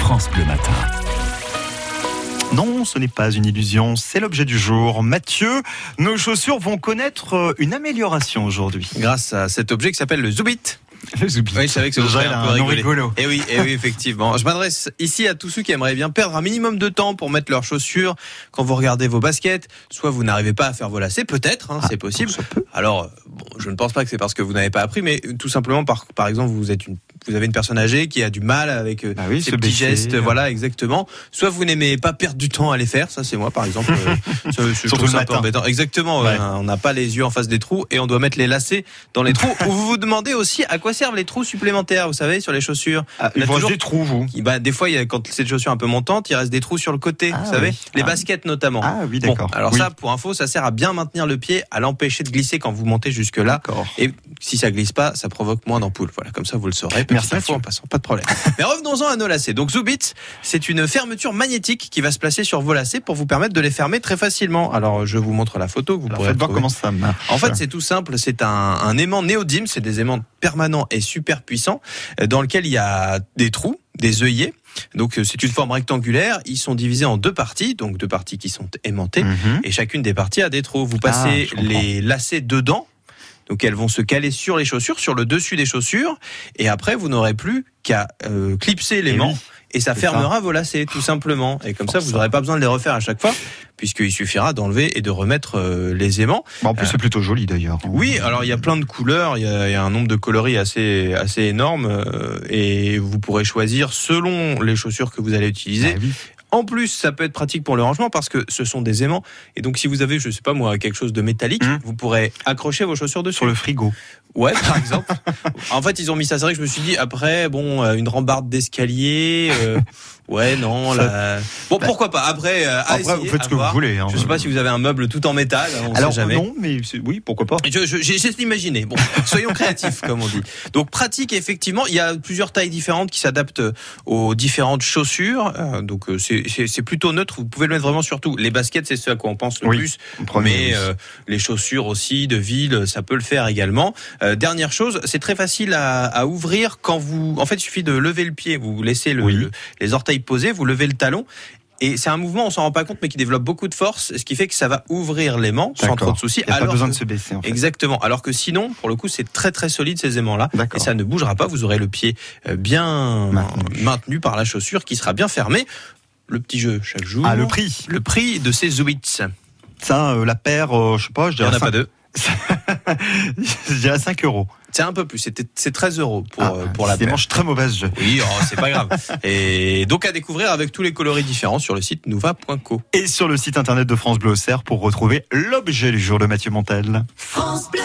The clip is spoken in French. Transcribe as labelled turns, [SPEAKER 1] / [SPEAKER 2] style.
[SPEAKER 1] France Bleu Matin.
[SPEAKER 2] Non, ce n'est pas une illusion, c'est l'objet du jour. Mathieu, nos chaussures vont connaître euh, une amélioration aujourd'hui.
[SPEAKER 3] grâce à cet objet qui s'appelle le Zoubit.
[SPEAKER 2] Le Zoubi.
[SPEAKER 3] Oui, je savais que ça vous ferait un peu
[SPEAKER 2] nom
[SPEAKER 3] rigoler.
[SPEAKER 2] rigolo.
[SPEAKER 3] Et oui, eh oui, effectivement. Je m'adresse ici à tous ceux qui aimeraient bien perdre un minimum de temps pour mettre leurs chaussures. Quand vous regardez vos baskets, soit vous n'arrivez pas à faire vos lacets, peut-être, hein, c'est possible. Alors, bon, je ne pense pas que c'est parce que vous n'avez pas appris, mais tout simplement par, par exemple, vous êtes une, vous avez une personne âgée qui a du mal avec euh,
[SPEAKER 2] Ah oui,
[SPEAKER 3] ces
[SPEAKER 2] se
[SPEAKER 3] petits
[SPEAKER 2] baisser,
[SPEAKER 3] gestes,
[SPEAKER 2] euh.
[SPEAKER 3] voilà, exactement. Soit vous n'aimez pas perdre du temps à les faire, ça c'est moi par exemple. euh, ça, je trouve
[SPEAKER 2] Surtout le
[SPEAKER 3] ça un peu
[SPEAKER 2] matin.
[SPEAKER 3] embêtant. Exactement,
[SPEAKER 2] Ouais.
[SPEAKER 3] euh, on n'a pas les yeux en face des trous et on doit mettre les lacets dans les trous. Ou vous vous demandez aussi à quoi servent les trous supplémentaires, vous savez, sur les chaussures.
[SPEAKER 2] Ah,
[SPEAKER 3] Il y a
[SPEAKER 2] vous
[SPEAKER 3] toujours-
[SPEAKER 2] des trous, vous
[SPEAKER 3] Qui, bah, des fois, il y a- quand c'est des chaussures un peu montantes, il reste des trous sur le côté,
[SPEAKER 2] Ah
[SPEAKER 3] vous savez.
[SPEAKER 2] oui.
[SPEAKER 3] Les
[SPEAKER 2] Ah.
[SPEAKER 3] baskets notamment.
[SPEAKER 2] Ah oui,
[SPEAKER 3] Bon,
[SPEAKER 2] d'accord.
[SPEAKER 3] alors
[SPEAKER 2] Oui,
[SPEAKER 3] ça, pour info, ça sert à bien maintenir le pied, à l'empêcher de glisser quand vous montez jusque-là.
[SPEAKER 2] D'accord.
[SPEAKER 3] Et si ça glisse pas, ça provoque moins d'ampoules. Voilà, comme ça vous le saurez. Petite
[SPEAKER 2] Merci,
[SPEAKER 3] info
[SPEAKER 2] Mathieu.
[SPEAKER 3] en passant, pas de problème. Mais revenons-en à nos lacets. Donc Zoubit, c'est une fermeture magnétique qui va se placer sur vos lacets pour vous permettre de les fermer très facilement. Alors je vous montre la photo que vous
[SPEAKER 2] Alors,
[SPEAKER 3] pourrez
[SPEAKER 2] faites voir
[SPEAKER 3] retrouver.
[SPEAKER 2] comment ça marche.
[SPEAKER 3] En fait, c'est tout simple. C'est un, un aimant néodyme. C'est des aimants permanents et super puissants euh, dans lequel il y a des trous, des œillets. Donc, euh, c'est une forme rectangulaire. Ils sont divisés en deux parties, donc deux parties qui sont aimantées.
[SPEAKER 2] Mhm.
[SPEAKER 3] Et chacune des parties a des trous. Vous
[SPEAKER 2] Ah,
[SPEAKER 3] passez
[SPEAKER 2] je comprends.
[SPEAKER 3] les lacets dedans. Donc, elles vont se caler sur les chaussures, sur le dessus des chaussures. Et après, vous n'aurez plus qu'à euh, clipser l'aimant.
[SPEAKER 2] Eh oui.
[SPEAKER 3] Et ça
[SPEAKER 2] C'est
[SPEAKER 3] fermera vos lacets, tout simplement. Et comme ça, vous
[SPEAKER 2] Force.
[SPEAKER 3] n'aurez pas besoin de les refaire à chaque fois, puisqu'il suffira d'enlever et de remettre euh, les aimants.
[SPEAKER 2] Bon, en plus,
[SPEAKER 3] Euh,
[SPEAKER 2] c'est plutôt joli d'ailleurs. Mhm.
[SPEAKER 3] Oui, alors il y a plein de couleurs, il y a, il y a un nombre de coloris assez, assez énorme euh, et vous pourrez choisir selon les chaussures que vous allez
[SPEAKER 2] Ah
[SPEAKER 3] utiliser.
[SPEAKER 2] oui.
[SPEAKER 3] En plus, ça peut être pratique pour le rangement parce que ce sont des aimants et donc si vous avez, je sais pas moi, quelque chose de métallique,
[SPEAKER 2] Mhm.
[SPEAKER 3] vous pourrez accrocher vos chaussures dessus.
[SPEAKER 2] Sur le frigo.
[SPEAKER 3] Ouais, par exemple. en fait, ils ont mis ça, c'est vrai que je me suis dit après, bon, euh, une rambarde d'escalier, euh, ouais, non,
[SPEAKER 2] Ça-
[SPEAKER 3] là... Bon, pourquoi pas, après, euh, à
[SPEAKER 2] Après, vous
[SPEAKER 3] essayer,
[SPEAKER 2] faites
[SPEAKER 3] à
[SPEAKER 2] ce que vous
[SPEAKER 3] voir.
[SPEAKER 2] voulez. hein.
[SPEAKER 3] Je sais pas si vous avez un meuble tout en métal, on sait
[SPEAKER 2] Alors,
[SPEAKER 3] jamais.
[SPEAKER 2] non, mais c'est- oui, pourquoi pas.
[SPEAKER 3] Je- je- J'ai j'ai imaginé. Bon, soyons créatifs, comme on dit. Donc, pratique, effectivement. Il y a plusieurs tailles différentes qui s'adaptent euh, aux différentes chaussures. Euh, donc, euh, c'est- c'est c'est plutôt neutre. Vous pouvez le mettre vraiment surtout. Les baskets, c'est ce à quoi on pense le
[SPEAKER 2] Oui,
[SPEAKER 3] plus.
[SPEAKER 2] Premier,
[SPEAKER 3] Mais euh, les chaussures aussi, de ville, ça peut le faire également. Euh, dernière chose, c'est très facile à, à ouvrir quand vous. En fait, il suffit de lever le pied. Vous laissez le-
[SPEAKER 2] Oui.
[SPEAKER 3] le- les orteils posés, vous levez le talon. Et c'est un mouvement, on s'en rend pas compte, mais qui développe beaucoup de force, ce qui fait que ça va ouvrir l'aimant sans
[SPEAKER 2] D'accord.
[SPEAKER 3] trop de soucis.
[SPEAKER 2] il n'y a pas
[SPEAKER 3] alors
[SPEAKER 2] besoin
[SPEAKER 3] que-
[SPEAKER 2] de se baisser. En fait.
[SPEAKER 3] Exactement. Alors que sinon, pour le coup, c'est très très solide ces aimants-là. Et
[SPEAKER 2] D'accord.
[SPEAKER 3] ça ne bougera pas. Vous aurez le pied euh, bien
[SPEAKER 2] Maintenu.
[SPEAKER 3] maintenu. par la chaussure qui sera bien fermée. Le petit jeu chaque jour.
[SPEAKER 2] Ah, le prix.
[SPEAKER 3] Le prix de ces Zubits.
[SPEAKER 2] Ça, euh, la paire, euh, je sais pas, je
[SPEAKER 3] Il n'y en
[SPEAKER 2] dirais,
[SPEAKER 3] a pas
[SPEAKER 2] cinq-
[SPEAKER 3] deux.
[SPEAKER 2] je dirais 5 euros.
[SPEAKER 3] C'est un peu plus. C'était- C'est 13 euros pour,
[SPEAKER 2] Ah,
[SPEAKER 3] euh, pour la
[SPEAKER 2] c'est des
[SPEAKER 3] paire.
[SPEAKER 2] manches très mauvaises, je.
[SPEAKER 3] Oui, oh, c'est pas grave. Et donc à découvrir avec tous les coloris différents sur le site nuva.co.
[SPEAKER 2] et sur le site internet de France Bleu Auxerre pour retrouver l'objet du jour de Mathieu Montel.
[SPEAKER 4] France Bleu.